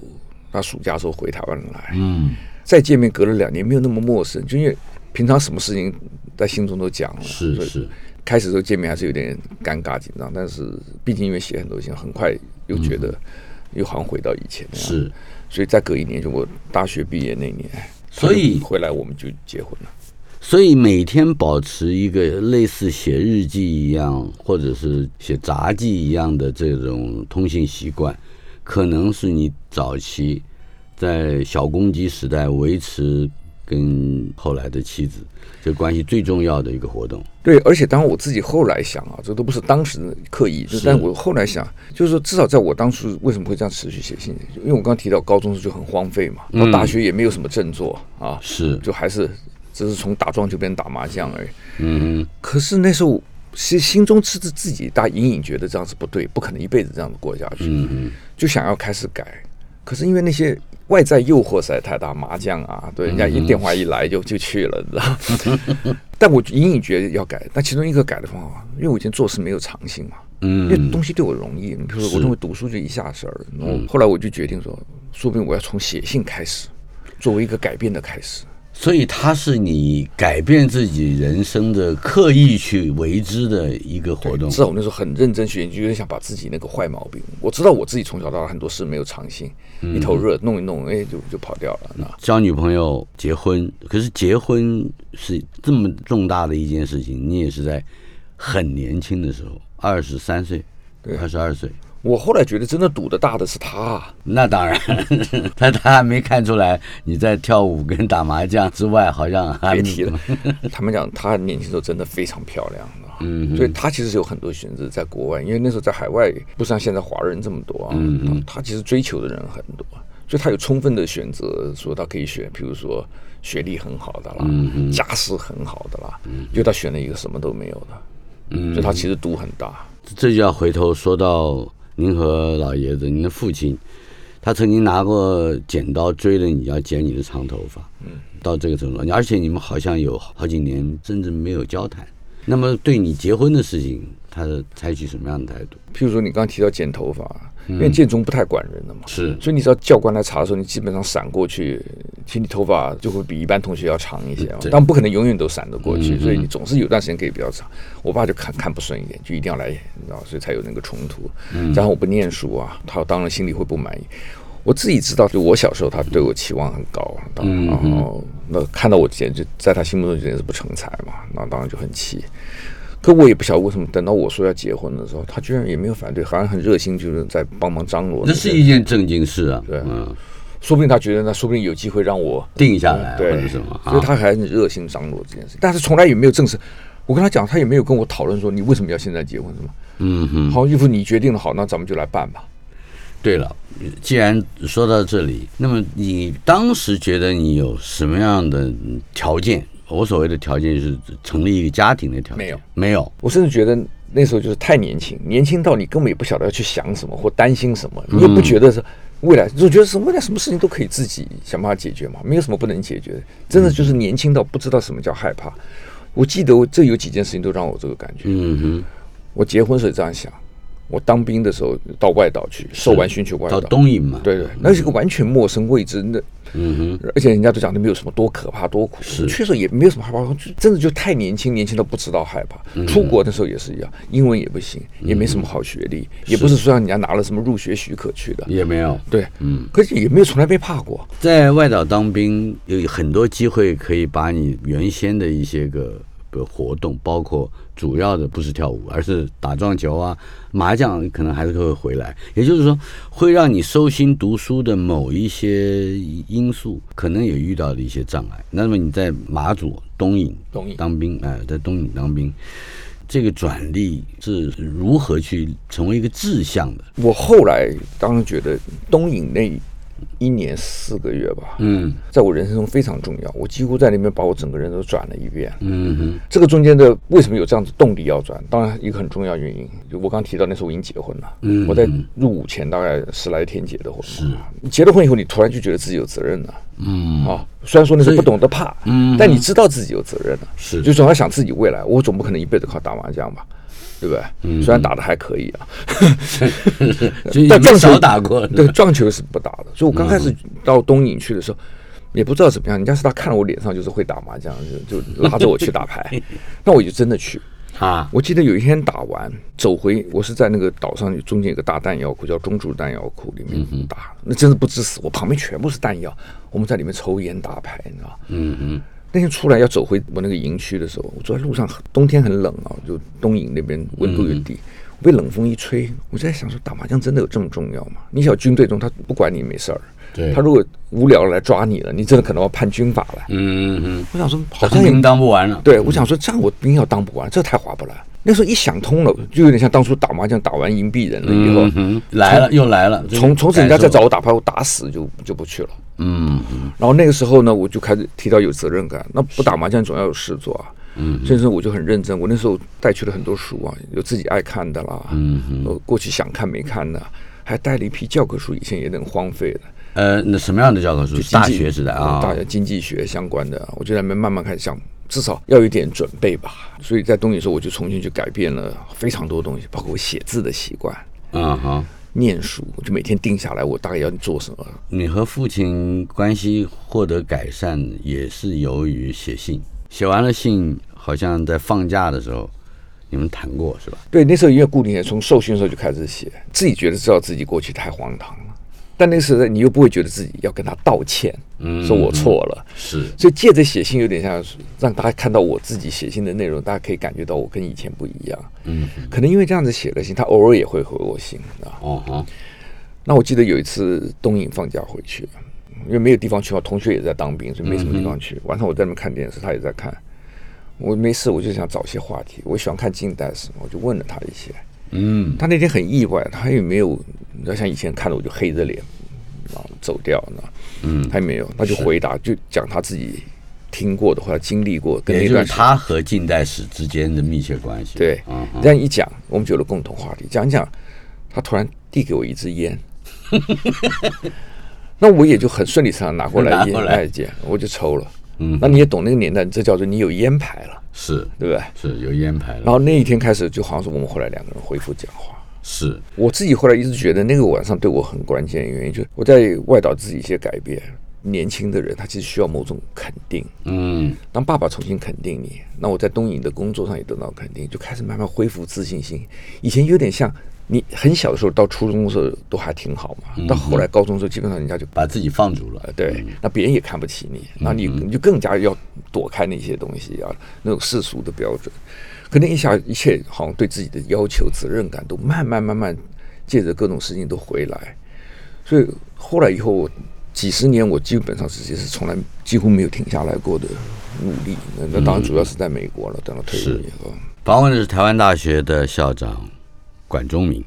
[SPEAKER 3] 他暑假的时候回台湾来，嗯，再见面隔了两年，没有那么陌生，就因为平常什么事情在心中都讲了，
[SPEAKER 2] 是
[SPEAKER 3] 所以
[SPEAKER 2] 是
[SPEAKER 3] 开始的时候见面还是有点尴尬紧张，但是毕竟因为写很多信，很快又觉得又好像回到以前那
[SPEAKER 2] 嗯
[SPEAKER 3] 样，
[SPEAKER 2] 是，
[SPEAKER 3] 所以再隔一年就我大学毕业那年，
[SPEAKER 2] 所以
[SPEAKER 3] 他就回来我们就结婚了。
[SPEAKER 2] 所以每天保持一个类似写日记一样，或者是写杂记一样的这种通信习惯，可能是你早期在小公鸡时代维持跟后来的妻子这关系最重要的一个活动。
[SPEAKER 3] 对，而且当然我自己后来想啊，这都不是当时的刻意，就是但我后来想，就是说至少在我当初为什么会这样持续写信，因为我刚刚提到高中时就很荒废嘛，到大学也没有什么振作啊，
[SPEAKER 2] 是
[SPEAKER 3] 就还是只是从打撞球变成打麻将而已。
[SPEAKER 2] 嗯
[SPEAKER 3] 可是那时候是心中是自己大隐隐觉得这样是不对，不可能一辈子这样子过下去，
[SPEAKER 2] 嗯
[SPEAKER 3] 就想要开始改。可是因为那些外在诱惑实在太大，麻将啊，对，人家一电话一来就就去了，你知 道。但我隐隐觉得要改，但其中一个改的方法，因为我以前做事没有常性嘛，因为
[SPEAKER 2] 嗯
[SPEAKER 3] 东西对我容易，比如说我认为读书就一下事儿，然后后来我就决定说，说不定我要从写信开始，作为一个改变的开始。
[SPEAKER 2] 所以它是你改变自己人生的刻意去为之的一个活动
[SPEAKER 3] 至。少我那时候很认真学，就有点想把自己那个坏毛病。我知道我自己从小到大很多事没有长性，一头热弄一弄，哎，就就跑掉了。那
[SPEAKER 2] 交女朋友、结婚，可是结婚是这么重大的一件事情，你也是在很年轻的时候，二十三岁，二十二岁，
[SPEAKER 3] 我后来觉得真的赌的大的是他啊，
[SPEAKER 2] 那当然， 但他还没看出来你在跳舞跟打麻将之外，好像还
[SPEAKER 3] 别提了。 他们讲他年轻时候真的非常漂亮啊，所以他其实有很多选择在国外，因为那时候在海外不像现在华人这么多啊，他他其实追求的人很多。所以他有充分的选择，说他可以选，比如说学历很好的啦，家世很好的啦，就他选了一个什么都没有的，所以他其实赌很大。
[SPEAKER 2] 这就要回头说到您和老爷子，您的父亲，他曾经拿过剪刀追着你要剪你的长头发，
[SPEAKER 3] 嗯
[SPEAKER 2] 到这个程度，而且你们好像有好几年甚至没有交谈。那么对你结婚的事情，他是采取什么样的态度？
[SPEAKER 3] 譬如说你刚刚提到剪头发，因为建中不太管人的嘛，
[SPEAKER 2] 是
[SPEAKER 3] 所以你知道教官来查的时候，你基本上闪过去，其实你头发就会比一般同学要长一些啊，但不可能永远都闪得过
[SPEAKER 2] 嗯
[SPEAKER 3] 去，所以你总是有段时间可以比较长。我爸就看看不顺眼，就一定要来，你知道，所以才有那个冲突。
[SPEAKER 2] 嗯
[SPEAKER 3] 加上我不念书啊，他当然心里会不满意。我自己知道，就我小时候，他对我期望很高，当然
[SPEAKER 2] 嗯
[SPEAKER 3] 后那看到我简直在他心目中简直是不成才嘛，那当然就很气。可我也不晓得为什么，等到我说要结婚的时候，他居然也没有反对，好像很热心，就是在帮忙张罗
[SPEAKER 2] 那
[SPEAKER 3] 些。
[SPEAKER 2] 是一件正经事啊，
[SPEAKER 3] 对
[SPEAKER 2] 嗯，
[SPEAKER 3] 说不定他觉得那说不定有机会让我
[SPEAKER 2] 定下来或
[SPEAKER 3] 对
[SPEAKER 2] 者什么
[SPEAKER 3] 所以
[SPEAKER 2] 啊？
[SPEAKER 3] 他还很热心张罗这件事，但是从来也没有正式。我跟他讲，他也没有跟我讨论说你为什么要现在结婚什么。
[SPEAKER 2] 嗯哼。
[SPEAKER 3] 好，岳父你决定了，好，那咱们就来办吧。
[SPEAKER 2] 对了，既然说到这里，那么你当时觉得你有什么样的条件，我所谓的条件是指成立一个家庭的条件，
[SPEAKER 3] 没有，
[SPEAKER 2] 没有，
[SPEAKER 3] 我甚至觉得那时候就是太年轻，年轻到你根本也不晓得要去想什么或担心什么，你也
[SPEAKER 2] 嗯
[SPEAKER 3] 不觉得是未来，就觉得是未来什么事情都可以自己想办法解决嘛，没有什么不能解决的。真的
[SPEAKER 2] 嗯
[SPEAKER 3] 就是年轻到不知道什么叫害怕。我记得我这有几件事情都让我这个感觉。
[SPEAKER 2] 嗯
[SPEAKER 3] 我结婚时候这样想，我当兵的时候到外岛去，受完训去外
[SPEAKER 2] 哼，到
[SPEAKER 3] 岛。
[SPEAKER 2] 东营嘛，
[SPEAKER 3] 对对，那是个完全陌生未知，那
[SPEAKER 2] 嗯
[SPEAKER 3] 而且人家都讲的没有什么多可怕多苦，
[SPEAKER 2] 是
[SPEAKER 3] 确实也没有什么害怕，就真的就太年轻，年轻到不知道害怕。
[SPEAKER 2] 嗯
[SPEAKER 3] 出国的时候也是一样，英文也不行，也没什么好学历，也不是说让人家拿了什么入学许可去的
[SPEAKER 2] 哼，，也没有。
[SPEAKER 3] 对，嗯，可是也没有从来没怕过，
[SPEAKER 2] 在外岛当兵有很多机会可以把你原先的一些个呃活动，包括主要的不是跳舞，而是打撞球啊、麻将，可能还是会回来。也就是说，会让你收心读书的某一些因素，可能也遇到了一些障碍。那么你在马祖东引
[SPEAKER 3] 东引
[SPEAKER 2] 当兵，哎、在东引当兵。这个转力是如何去成为一个志向 的？
[SPEAKER 3] 我后来当然觉得东影那一年四个月吧，
[SPEAKER 2] 嗯
[SPEAKER 3] 在我人生中非常重要，我几乎在那边把我整个人都转了一遍。
[SPEAKER 2] 嗯哼
[SPEAKER 3] 这个中间的为什么有这样子动力要转？当然，一个很重要原因，就我刚提到那时候我已经结婚了，
[SPEAKER 2] 嗯
[SPEAKER 3] 我在入伍前大概十来天结的婚，是结了婚以后，你突然就觉得自己有责任了，
[SPEAKER 2] 嗯，
[SPEAKER 3] 啊，虽然说那时
[SPEAKER 2] 所以
[SPEAKER 3] 候不懂得怕，
[SPEAKER 2] 嗯
[SPEAKER 3] 但你知道自己有责任了，
[SPEAKER 2] 是
[SPEAKER 3] 就总要想自己未来，我总不可能一辈子靠打麻将吧。对不对？
[SPEAKER 2] 嗯
[SPEAKER 3] 虽然打的还可以啊，
[SPEAKER 2] 所以
[SPEAKER 3] 但
[SPEAKER 2] 你
[SPEAKER 3] 撞球
[SPEAKER 2] 少打过，嗯
[SPEAKER 3] 对，撞球是不打的。所以我刚开始到东影去的时候，也不知道怎么样。人家是他看我脸上就是会打麻将，就就拉着我去 打牌，那我就真的去。
[SPEAKER 2] 啊，
[SPEAKER 3] 我记得有一天打完走回，我是在那个岛上中间有个大弹药库，叫中竹弹药库里
[SPEAKER 2] 嗯
[SPEAKER 3] 面打，那真是不知死。我旁边全部是弹药，我们在里面抽烟打牌，你知道吗？
[SPEAKER 2] 嗯嗯
[SPEAKER 3] 那天出来要走回我那个营区的时候，我走在路上，冬天很冷啊，就东营那边
[SPEAKER 2] 嗯
[SPEAKER 3] 温度又低，我被冷风一吹，我在想说打麻将真的有这么重要吗？你想军队中他不管你没事儿，
[SPEAKER 2] 对
[SPEAKER 3] 他如果无聊了来抓你了，你真的可能要判军法来。
[SPEAKER 2] 嗯嗯，
[SPEAKER 3] 我想说好
[SPEAKER 2] 好
[SPEAKER 3] 像
[SPEAKER 2] 像
[SPEAKER 3] 也
[SPEAKER 2] 应当不完了。
[SPEAKER 3] 对，我想说这样我兵要当不完，这太划不来。那时候一想通了，就有点像当初打麻将打完赢毙人了以后，
[SPEAKER 2] 嗯哼，来了又来了，
[SPEAKER 3] 从从此人家
[SPEAKER 2] 再
[SPEAKER 3] 再找，我打牌，我打死就就不去了。
[SPEAKER 2] 嗯
[SPEAKER 3] 然后那个时候呢，我就开始提到有责任感，那不打麻将总要有事做啊。嗯，所以说我就很认真，我那时候带去了很多书啊，有自己爱看的啦，嗯，我过去想看没看的，还带了一批教科书，以前也很荒废的，
[SPEAKER 2] 呃，那什么样的教科书
[SPEAKER 3] 就？经
[SPEAKER 2] 大
[SPEAKER 3] 济哦
[SPEAKER 2] 学时代啊，
[SPEAKER 3] 大学经济学相关的，啊我就在那边慢慢开始想，至少要有一点准备吧。所以在东影的时候，我就重新去改变了非常多东西，包括我写字的习惯。
[SPEAKER 2] 嗯哈。
[SPEAKER 3] 念书，我就每天定下来，我大概要做什么。
[SPEAKER 2] 你和父亲关系获得改善，也是由于写信。写完了信，好像在放假的时候，你们谈过是吧？
[SPEAKER 3] 对，那时候因为固定的，从受训的时候就开始写，自己觉得知道自己过去太荒唐了，但那时候你又不会觉得自己要跟他道歉，
[SPEAKER 2] 嗯
[SPEAKER 3] 说我错了。
[SPEAKER 2] 是，
[SPEAKER 3] 所以借着写信，有点像让大家看到我自己写信的内容，大家可以感觉到我跟以前不一样。
[SPEAKER 2] 嗯，
[SPEAKER 3] 可能因为这样子写了信，他偶尔也会回我信啊。
[SPEAKER 2] 哦哈，
[SPEAKER 3] 那我记得有一次东影放假回去，因为没有地方去嘛，同学也在当兵，所以没什么
[SPEAKER 2] 嗯
[SPEAKER 3] 地方去。晚上我在那边看电视，他也在看。我没事，我就想找些话题。我喜欢看近代史嘛，我就问了他一些。
[SPEAKER 2] 嗯
[SPEAKER 3] 他那天很意外，他也没有，你知道像以前看的我就黑着脸，然后走掉呢。
[SPEAKER 2] 嗯，
[SPEAKER 3] 他也没有，他就回答，就讲他自己听过的或者经历过跟
[SPEAKER 2] 也
[SPEAKER 3] 那
[SPEAKER 2] 就是
[SPEAKER 3] 段时间
[SPEAKER 2] 他和近代史之间的密切关系。
[SPEAKER 3] 对
[SPEAKER 2] 嗯，
[SPEAKER 3] 这样一讲，我们就有了共同话题。讲一讲，他突然递给我一 支烟，那我也就很顺理成章拿过来
[SPEAKER 2] 拿
[SPEAKER 3] 烟
[SPEAKER 2] 过来
[SPEAKER 3] 来戒，我就抽了。
[SPEAKER 2] 嗯
[SPEAKER 3] 那你也懂那个年代，这叫做你有烟牌了，
[SPEAKER 2] 是
[SPEAKER 3] 对不对？
[SPEAKER 2] 是有烟牌
[SPEAKER 3] 然
[SPEAKER 2] 了，
[SPEAKER 3] 后那一天开始，就好像是我们后来两个人恢复讲话。
[SPEAKER 2] 是
[SPEAKER 3] 我自己后来一直觉得那个晚上对我很关键，原因就是我在外岛自己一些改变。年轻的人他其实需要某种肯定，
[SPEAKER 2] 嗯
[SPEAKER 3] 当爸爸重新肯定你，那我在东影的工作上也得到肯定，就开始慢慢恢复自信心。以前有点像你很小的时候到初中的时候都还挺好嘛，到后来高中的时候基本上人家就
[SPEAKER 2] 把自己放逐
[SPEAKER 3] 呃
[SPEAKER 2] 了。
[SPEAKER 3] 对，那别人也看不起你，那你你就更加要躲开那些东西啊，那种世俗的标准。可能一下一切好像对自己的要求、责任感都慢慢慢慢借着各种事情都回来，所以后来以后我几十年我基本上自己是从来几乎没有停下来过的努力。那那当然主要是在美国了，等到退
[SPEAKER 2] 是
[SPEAKER 3] 伍以后。
[SPEAKER 2] 访问的是台湾大学的校长管中明，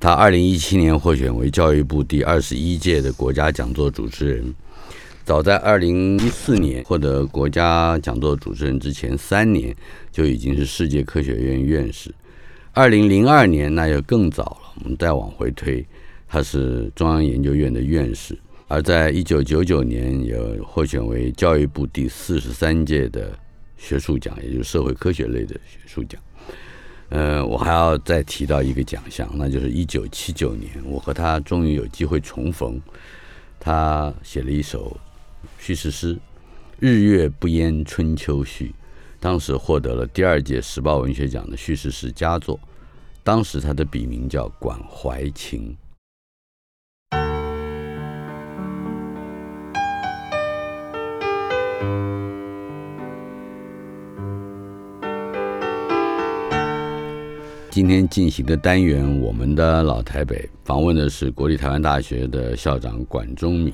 [SPEAKER 2] 他二零一七年获选为教育部第二十一届的国家讲座主持人。早在二零一四年获得国家讲座主持人之前三年，就已经是世界科学院院士。二零零二年那就更早了，我们再往回推，他是中央研究院的院士。而在一九九九年，也获选为教育部第四十三届的学术奖，也就是社会科学类的学术奖。呃，我还要再提到一个奖项，那就是一九七九年，我和他终于有机会重逢。他写了一首叙事诗《日月不淹春秋序》，当时获得了第二届时报文学奖的叙事诗佳作。当时他的笔名叫管怀琴。今天进行的单元，我们的老台北访问的是国立台湾大学的校长管中敏。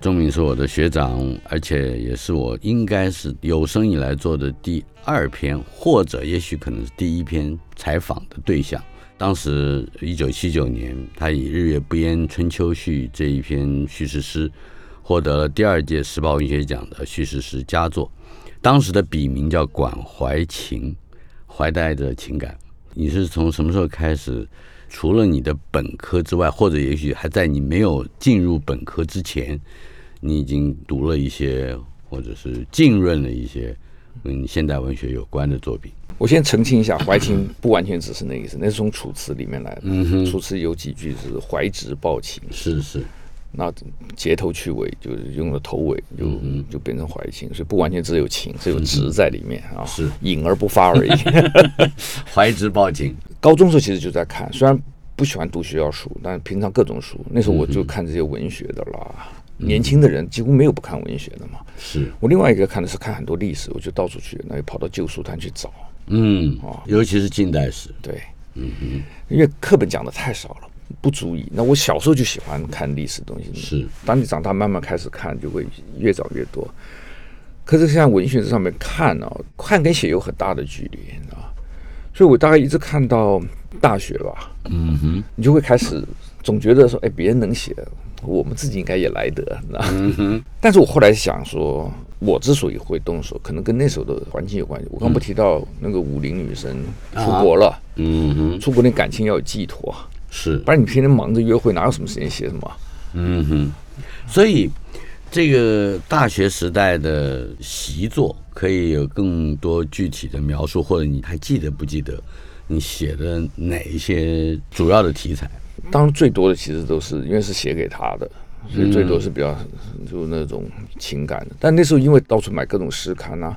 [SPEAKER 2] 钟敏是我的学长，而且也是我应该是有生以来做的第二篇，或者也许可能是第一篇采访的对象。当时一九七九年，他以《日月不淹春秋序》这一篇叙事诗，获得了第二届时报文学奖的叙事诗佳作。当时的笔名叫管怀情，怀带着情感。你是从什么时候开始？除了你的本科之外，或者也许还在你没有进入本科之前，你已经读了一些，或者是浸润了一些跟现代文学有关的作品。
[SPEAKER 3] 我先澄清一下，怀情不完全只是那个意思，那是从《楚辞》里面来的。楚辞》有几句是怀直抱琴，
[SPEAKER 2] 是是，
[SPEAKER 3] 那截头去尾就是用了头尾，就
[SPEAKER 2] 嗯
[SPEAKER 3] 就变成怀情，所以不完全只有情，只有直在里面啊，
[SPEAKER 2] 嗯是
[SPEAKER 3] 隐而不发 而已。
[SPEAKER 2] 怀之抱琴。
[SPEAKER 3] 高中时候其实就在看，虽然不喜欢读学校书，但平常各种书，那时候我就看这些文学的啦。年轻的人几乎没有不看文学的嘛。
[SPEAKER 2] 嗯是，
[SPEAKER 3] 我另外一个看的是看很多历史，我就到处去，那就跑到旧书摊去找。
[SPEAKER 2] 嗯，尤其是近代史，
[SPEAKER 3] 对，因为课本讲的太少了，不足以。那我小时候就喜欢看历史东西，
[SPEAKER 2] 是
[SPEAKER 3] 当你长大慢慢开始看，就会越找越多。可是像文学这上面看呢、看跟写有很大的距离啊，所以我大概一直看到大学吧，嗯哼，你就会开始总觉得说，哎，别人能写，我们自己应该也来得，啊。但是我后来想说，我之所以会动手，可能跟那时候的环境有关系。我刚不提到那个武林女神出国了，
[SPEAKER 2] 嗯哼，
[SPEAKER 3] 出国那感情要有寄托，啊
[SPEAKER 2] 是
[SPEAKER 3] 不，然你天天忙着约会，哪有什么时间写什么？啊
[SPEAKER 2] 嗯哼，所以这个大学时代的习作可以有更多具体的描述，或者你还记得不记得你写的哪一些主要的题材？
[SPEAKER 3] 当然最多的其实都是因为是写给他的，所以最多是比较就那种情感的。但那时候因为到处买各种诗刊啊，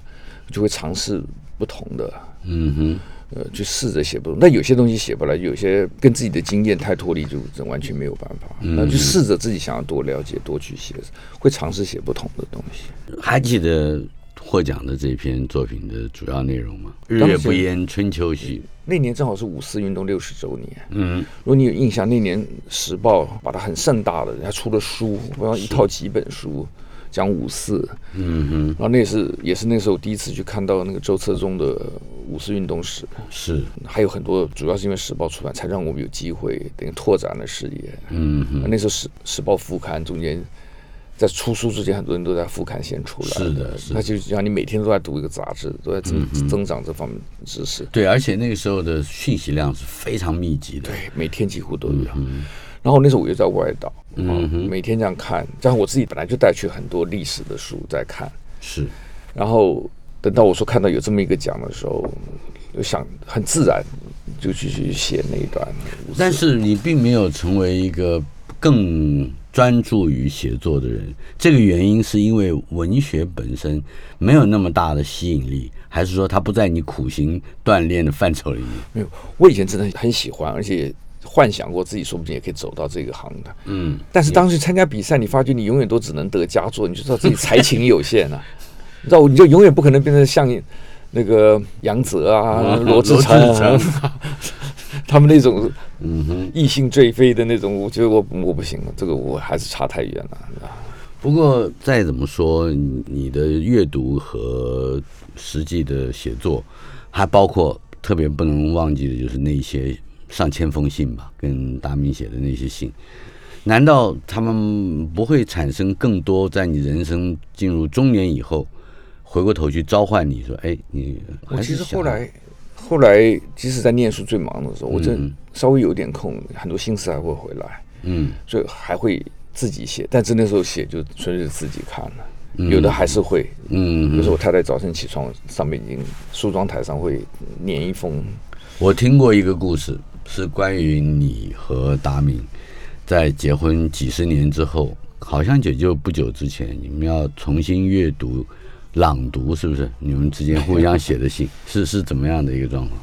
[SPEAKER 3] 就会尝试不同的，
[SPEAKER 2] 嗯
[SPEAKER 3] 呃，去试着写不同。但有些东西写不来，有些跟自己的经验太脱离，就真完全没有办法。那就试着自己想要多了解，多去写，会尝试写不同的东西。
[SPEAKER 2] 哼，还记得获奖的这篇作品的主要内容吗？日
[SPEAKER 3] 当
[SPEAKER 2] 月
[SPEAKER 3] 时
[SPEAKER 2] 不淹春秋序。
[SPEAKER 3] 那年正好是五四运动六十周年，
[SPEAKER 2] 嗯，
[SPEAKER 3] 如果你有印象，那年《时报》把它很盛大的，它出了书，我要一套几本书，讲五四。
[SPEAKER 2] 嗯哼，
[SPEAKER 3] 然后那是也是那时候第一次去看到那个周册中的五四运动史，
[SPEAKER 2] 是，
[SPEAKER 3] 还有很多，主要是因为《时报》出版，才让我们有机会等于拓展了视野。
[SPEAKER 2] 嗯哼，
[SPEAKER 3] 那时候《时时报》副刊中间，在出书之前，很多人都在副刊先出来，
[SPEAKER 2] 是的是的嗯
[SPEAKER 3] 那就让你每天都在读一个杂志，都在增增长这方面的知识。
[SPEAKER 2] 对，而且那个时候的讯息量是非常密集的。
[SPEAKER 3] 对，每天几乎都有。
[SPEAKER 2] 嗯
[SPEAKER 3] 然后那时候我又在外岛，啊每天这样看，加上我自己本来就带去很多历史的书在看，
[SPEAKER 2] 是，
[SPEAKER 3] 然后等到我说看到有这么一个奖的时候，就想很自然就去去写那一段。
[SPEAKER 2] 但是你并没有成为一个更专注于写作的人，这个原因是因为文学本身没有那么大的吸引力，还是说它不在你苦行锻炼的范畴里面？
[SPEAKER 3] 没有，我以前真的很喜欢，而且幻想过自己说不定也可以走到这个行的。
[SPEAKER 2] 嗯，
[SPEAKER 3] 但是当时参加比赛，你发觉你永远都只能得佳作，你就知道自己才情有限 啊，你知道，你就永远不可能变成像那个杨泽啊、罗志成
[SPEAKER 2] 罗志
[SPEAKER 3] 啊 他们那种
[SPEAKER 2] 嗯哼。
[SPEAKER 3] 异性追飞的那种，我觉得我我不行了，这个我还是差太远了。你知道
[SPEAKER 2] 不过再怎么说，你你的阅读和实际的写作，还包括特别不能忘记的就是那些上千封信吧，跟达明写的那些信。难道他们不会产生更多在你人生进入中年以后，回过头去召唤你说：“哎，你
[SPEAKER 3] 我
[SPEAKER 2] 还
[SPEAKER 3] 其
[SPEAKER 2] 是
[SPEAKER 3] 实
[SPEAKER 2] 小
[SPEAKER 3] 后来，后来即使在念书最忙的时候，我这
[SPEAKER 2] 嗯
[SPEAKER 3] 稍微有点空，很多心思还会回来，
[SPEAKER 2] 嗯
[SPEAKER 3] 所以还会自己写。但是那时候写就纯粹自己看了，有的还是会。
[SPEAKER 2] 嗯
[SPEAKER 3] 有时候我太太早晨起床，上面已经梳妆台上会粘一封，
[SPEAKER 2] 我听过一个故事，是关于你和达明在结婚几十年之后，好像也就不久之前，你们要重新阅读、朗读，是不是？你们之间互相写的 信，是是怎么样的一个状况？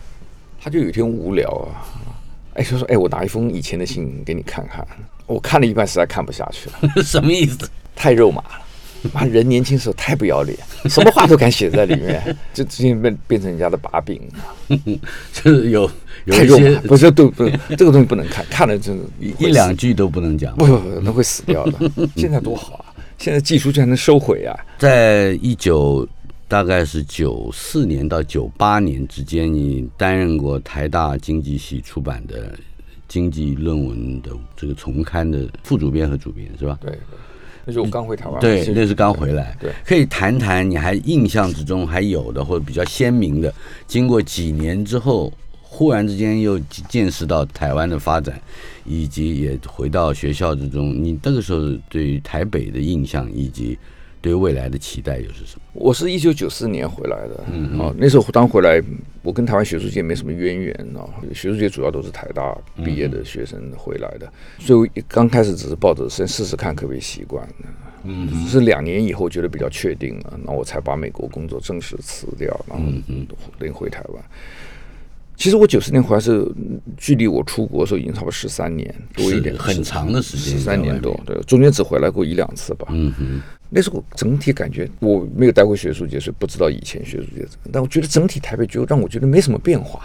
[SPEAKER 3] 他就有一天无聊啊，哎，就说哎，我拿一封以前的信给你看看。我看了一半，实在看不下去了，
[SPEAKER 2] 什么意思？
[SPEAKER 3] 太肉麻了。妈，人年轻时候太不要 脸，什么话都敢写在里面， 就最近变变成人家的把柄了，
[SPEAKER 2] 就是有有
[SPEAKER 3] 太
[SPEAKER 2] 一
[SPEAKER 3] 肉
[SPEAKER 2] 些
[SPEAKER 3] 麻。不是，对，不是，这个东西不能看，看了真的
[SPEAKER 2] 一两句都不能讲
[SPEAKER 3] 不。不不，那会死掉 的。现在多好啊！现在技术居然能收回啊！
[SPEAKER 2] 在一九大概是九四年到九八年之间，你担任过台大经济系出版的经济论文的这个重刊的副主编和主编，是吧？
[SPEAKER 3] 对，对那就我刚回台湾，
[SPEAKER 2] 对，
[SPEAKER 3] 其实
[SPEAKER 2] 那是刚回来。
[SPEAKER 3] 对
[SPEAKER 2] 可以谈谈你还印象之中还有的或者比较鲜明的，经过几年之后，忽然之间又见识到台湾的发展，以及也回到学校之中，你那个时候对于台北的印象以及对未来的期待又是什么？
[SPEAKER 3] 我是一九九四年回来的，嗯，哦，那时候刚回来，我跟台湾学术界没什么渊源啊、学术界主要都是台大
[SPEAKER 2] 嗯
[SPEAKER 3] 毕业的学生回来的，所以我刚开始只是抱着先试试看可不可以习惯，嗯，是两年以后觉得比较确定了，那我才把美国工作正式辞掉，然后
[SPEAKER 2] 嗯
[SPEAKER 3] 连回台湾。其实我九四年回来是距离我出国的时候已经差不多十三年多一点，
[SPEAKER 2] 是很长的时间
[SPEAKER 3] 十
[SPEAKER 2] 在外
[SPEAKER 3] 三年
[SPEAKER 2] 面
[SPEAKER 3] 多，对，中间只回来过一两次吧，嗯。那时候整体感觉我没有待过学术界，所以不知道以前学术界怎么样。但我觉得整体台北就让我觉得没什么变化，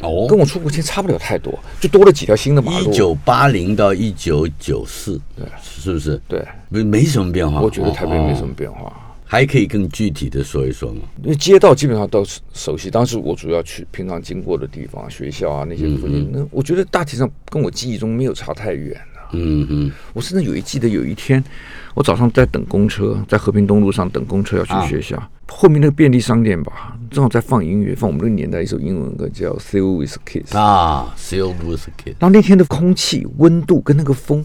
[SPEAKER 2] 哦
[SPEAKER 3] 跟我出国前差不了太多，就多了几条新的马路。
[SPEAKER 2] 一九八零到一九九四，是不是？
[SPEAKER 3] 对，
[SPEAKER 2] 没没什么变化。
[SPEAKER 3] 我觉得台北没什
[SPEAKER 2] 哦，
[SPEAKER 3] 么变化，
[SPEAKER 2] 哦还可以更具体的说一说吗？
[SPEAKER 3] 因为街道基本上都熟悉。当时我主要去平常经过的地方，学校啊那些
[SPEAKER 2] 嗯
[SPEAKER 3] 附近，那我觉得大体上跟我记忆中没有差太远啊
[SPEAKER 2] 嗯嗯，
[SPEAKER 3] 我甚至有一记得有一天，我早上在等公车，在和平东路上等公车要
[SPEAKER 2] 啊
[SPEAKER 3] 去学校，后面那个便利商店吧，正好在放音乐，放我们那个年代一首英文歌叫《s e l with Kiss》。
[SPEAKER 2] 啊，Seal b u s k i t
[SPEAKER 3] 然后那天的空气温度跟那个风，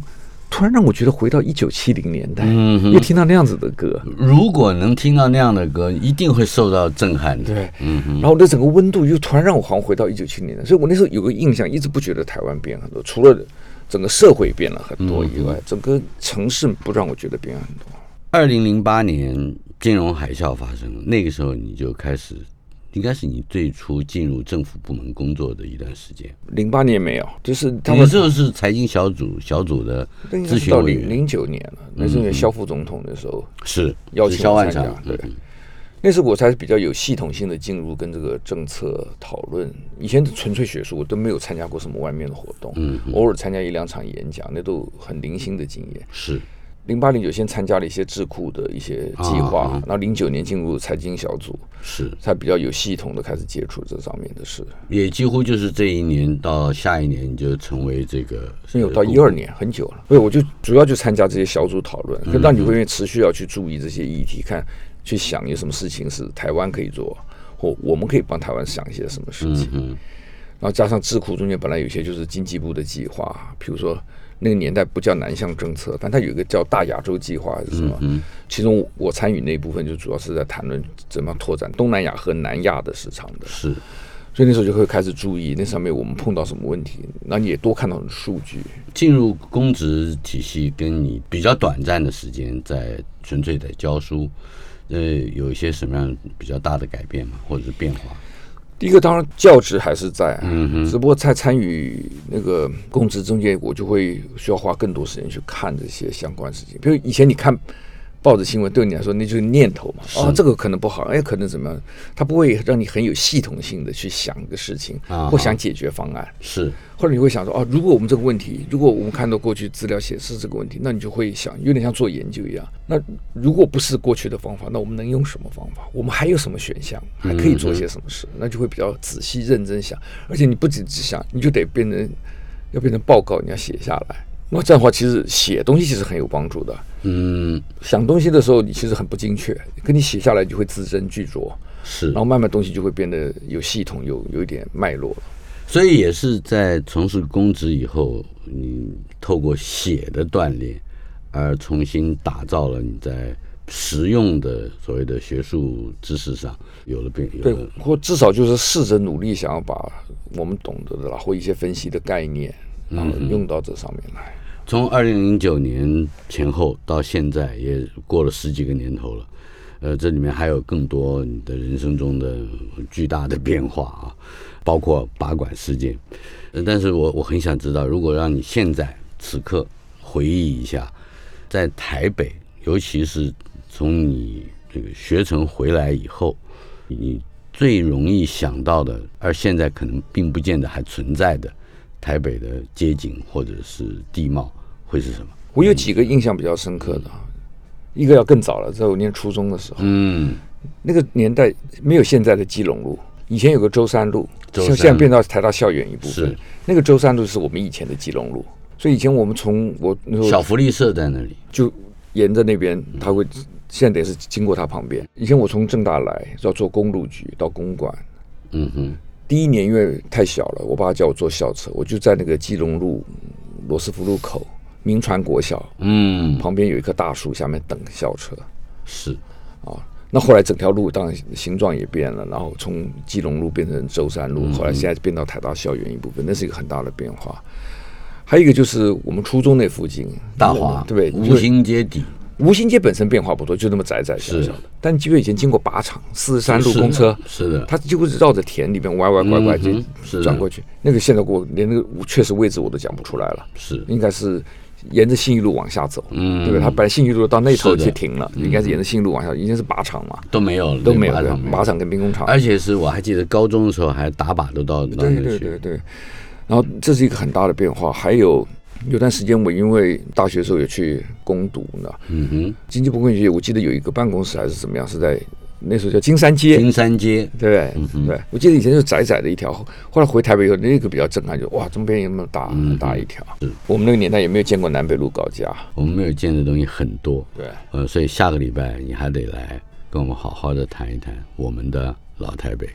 [SPEAKER 3] 突然让我觉得回到一九七零年代，
[SPEAKER 2] 嗯
[SPEAKER 3] 又听到那样子的歌，
[SPEAKER 2] 如果能听到那样的歌，一定会受到震撼的。
[SPEAKER 3] 对，
[SPEAKER 2] 嗯
[SPEAKER 3] 然后那整个温度又突然让我好像回到一九七零年代，所以我那时候有个印象，一直不觉得台湾变很多，除了整个社会变了很多以
[SPEAKER 2] 嗯
[SPEAKER 3] 外，整个城市不让我觉得变很多。
[SPEAKER 2] 二零零八年金融海啸发生，那个时候你就开始，应该是你最初进入政府部门工作的一段时间。
[SPEAKER 3] 零八年没有，就是他
[SPEAKER 2] 你那
[SPEAKER 3] 们
[SPEAKER 2] 时候是财经小组小组的
[SPEAKER 3] 那应该
[SPEAKER 2] 咨
[SPEAKER 3] 是
[SPEAKER 2] 询
[SPEAKER 3] 到
[SPEAKER 2] 委
[SPEAKER 3] 零
[SPEAKER 2] 员，嗯
[SPEAKER 3] 零九年了，那时候有萧副总统的时候
[SPEAKER 2] 是
[SPEAKER 3] 邀
[SPEAKER 2] 是
[SPEAKER 3] 请
[SPEAKER 2] 萧
[SPEAKER 3] 我
[SPEAKER 2] 万
[SPEAKER 3] 参加
[SPEAKER 2] 长，，
[SPEAKER 3] 对，那时候我才比较有系统性的进入跟这个政策讨论。以前纯粹学术，我都没有参加过什么外面的活动，
[SPEAKER 2] 嗯
[SPEAKER 3] 偶尔参加一两场演讲，那都很零星的经验。
[SPEAKER 2] 是
[SPEAKER 3] 零八零九先参加了一些智库的一些计
[SPEAKER 2] 啊
[SPEAKER 3] 划，
[SPEAKER 2] 嗯
[SPEAKER 3] 然后零九年进入财经小组，
[SPEAKER 2] 是，
[SPEAKER 3] 才比较有系统的开始接触这上面的事。
[SPEAKER 2] 也几乎就是这一年到下一年你就成为这个
[SPEAKER 3] 没有到一二年，很久了。所以我就主要就参加这些小组讨论，可让你会愿意持续要去注意这些议题，看去想有什么事情是台湾可以做，或我们可以帮台湾想一些什么事情。然后加上智库中间本来有些就是经济部的计划，比如说那个年代不叫南向政策，但它有一个叫大亚洲计划还是什么。其中我参与那一部分就主要是在谈论怎么样拓展东南亚和南亚的市场的。
[SPEAKER 2] 是
[SPEAKER 3] 所以那时候就会开始注意那上面我们碰到什么问题，那你也多看到数据。
[SPEAKER 2] 进入公职体系，跟你比较短暂的时间在纯粹在教书，呃，有一些什么样比较大的改变吗？或者是变化？
[SPEAKER 3] 第一个当然教职还是在，啊只不过在参与那个公职中间，我就会需要花更多时间去看这些相关事情。比如以前你看报纸新闻，对你来说那就是念头嘛，哦，这个可能不好，哎，可能怎么样，它不会让你很有系统性的去想一个事情，
[SPEAKER 2] 啊
[SPEAKER 3] 或想解决方案。
[SPEAKER 2] 是
[SPEAKER 3] 或者你会想说，哦，如果我们这个问题，如果我们看到过去资料显示这个问题，那你就会想，有点像做研究一样。那如果不是过去的方法，那我们能用什么方法？我们还有什么选项？还可以做些什么事？那就会比较仔细认真想。而且你不仅只想，你就得变成要变成报告，你要写下来。那这样的话，其实写东西其实很有帮助的。
[SPEAKER 2] 嗯，
[SPEAKER 3] 想东西的时候，你其实很不精确，跟你写下来，你就会字斟句酌，
[SPEAKER 2] 是
[SPEAKER 3] 然后慢慢东西就会变得有系统，有有一点脉络了。
[SPEAKER 2] 所以也是在从事公职以后，你透过写的锻炼，而重新打造了你在实用的所谓的学术知识上有了变，有
[SPEAKER 3] 对
[SPEAKER 2] 了，
[SPEAKER 3] 或至少就是试着努力，想要把我们懂得的啦，或一些分析的概念，然后
[SPEAKER 2] 嗯
[SPEAKER 3] 用到这上面来。
[SPEAKER 2] 从二零零九年前后到现在，也过了十几个年头了。呃，这里面还有更多你的人生中的巨大的变化啊，包括拔管事件。呃但是我我很想知道，如果让你现在此刻回忆一下，在台北，尤其是从你这个学成回来以后，你最容易想到的，而现在可能并不见得还存在的台北的街景或者是地貌会是什么？
[SPEAKER 3] 我有几个印象比较深刻的啊，一个要更早了，在我念初中的时候，
[SPEAKER 2] 嗯，
[SPEAKER 3] 那个年代没有现在的基隆路，以前有个舟山路，
[SPEAKER 2] 舟
[SPEAKER 3] 像
[SPEAKER 2] 山
[SPEAKER 3] 现在变到台大校园一部分
[SPEAKER 2] 是。
[SPEAKER 3] 那个舟山路是我们以前的基隆路，所以以前我们从我那时候
[SPEAKER 2] 小福利社在那里，
[SPEAKER 3] 就沿着那边，
[SPEAKER 2] 嗯
[SPEAKER 3] 他会现在得是经过他旁边。以前我从正大来，要坐公路局到公馆，
[SPEAKER 2] 嗯哼，
[SPEAKER 3] 第一年因为太小了，我爸叫我坐校车，我就在那个基隆路罗斯福路口民传国小
[SPEAKER 2] 嗯，
[SPEAKER 3] 旁边有一棵大树下面等校车。
[SPEAKER 2] 是，
[SPEAKER 3] 那后来整条路当然形状也变了，然后从基隆路变成舟山
[SPEAKER 2] 嗯
[SPEAKER 3] 路，后来现在变到台大校园一部分，那是一个很大的变化。还有一个就是我们初中那附近
[SPEAKER 2] 大华
[SPEAKER 3] 对不对？
[SPEAKER 2] 无形街底，
[SPEAKER 3] 吴兴街本身变化不多，就那么窄窄小小的。但因为以前经过靶场、四十三路
[SPEAKER 2] 是的
[SPEAKER 3] 公车，
[SPEAKER 2] 是的
[SPEAKER 3] 它几乎是绕着田里面歪歪拐拐
[SPEAKER 2] 嗯哼是
[SPEAKER 3] 就
[SPEAKER 2] 的
[SPEAKER 3] 转过去。那个现在我连那个确实位置我都讲不出来了，
[SPEAKER 2] 是
[SPEAKER 3] 应该是沿着信义路往下走，
[SPEAKER 2] 嗯
[SPEAKER 3] 对不对？它本来信义路到那头
[SPEAKER 2] 是的
[SPEAKER 3] 就停了，应该是沿着信义路往下，以前是靶场嘛，
[SPEAKER 2] 都没有了，
[SPEAKER 3] 都没有
[SPEAKER 2] 那个靶
[SPEAKER 3] 的
[SPEAKER 2] 场没有
[SPEAKER 3] 靶场跟兵工厂。
[SPEAKER 2] 而且是我还记得高中的时候还打靶都到到
[SPEAKER 3] 对
[SPEAKER 2] 那里
[SPEAKER 3] 对
[SPEAKER 2] 去
[SPEAKER 3] 对，对。然后这是一个很大的变化，还有有段时间我因为大学的时候也去攻读呢，
[SPEAKER 2] 嗯哼，
[SPEAKER 3] 经济部工学，我记得有一个办公室还是怎么样，是在那时候叫金山街，
[SPEAKER 2] 金嗯山街，
[SPEAKER 3] 对不对？对，我记得以前就是窄窄的一条，后后来回台北以后，那个比较震撼，就哇，中边有那么大
[SPEAKER 2] 嗯
[SPEAKER 3] 很大一条。我们那个年代也没有见过南北路高架，
[SPEAKER 2] 我们没有见的东西很多，
[SPEAKER 3] 对，
[SPEAKER 2] 呃，所以下个礼拜你还得来跟我们好好的谈一谈我们的老台北。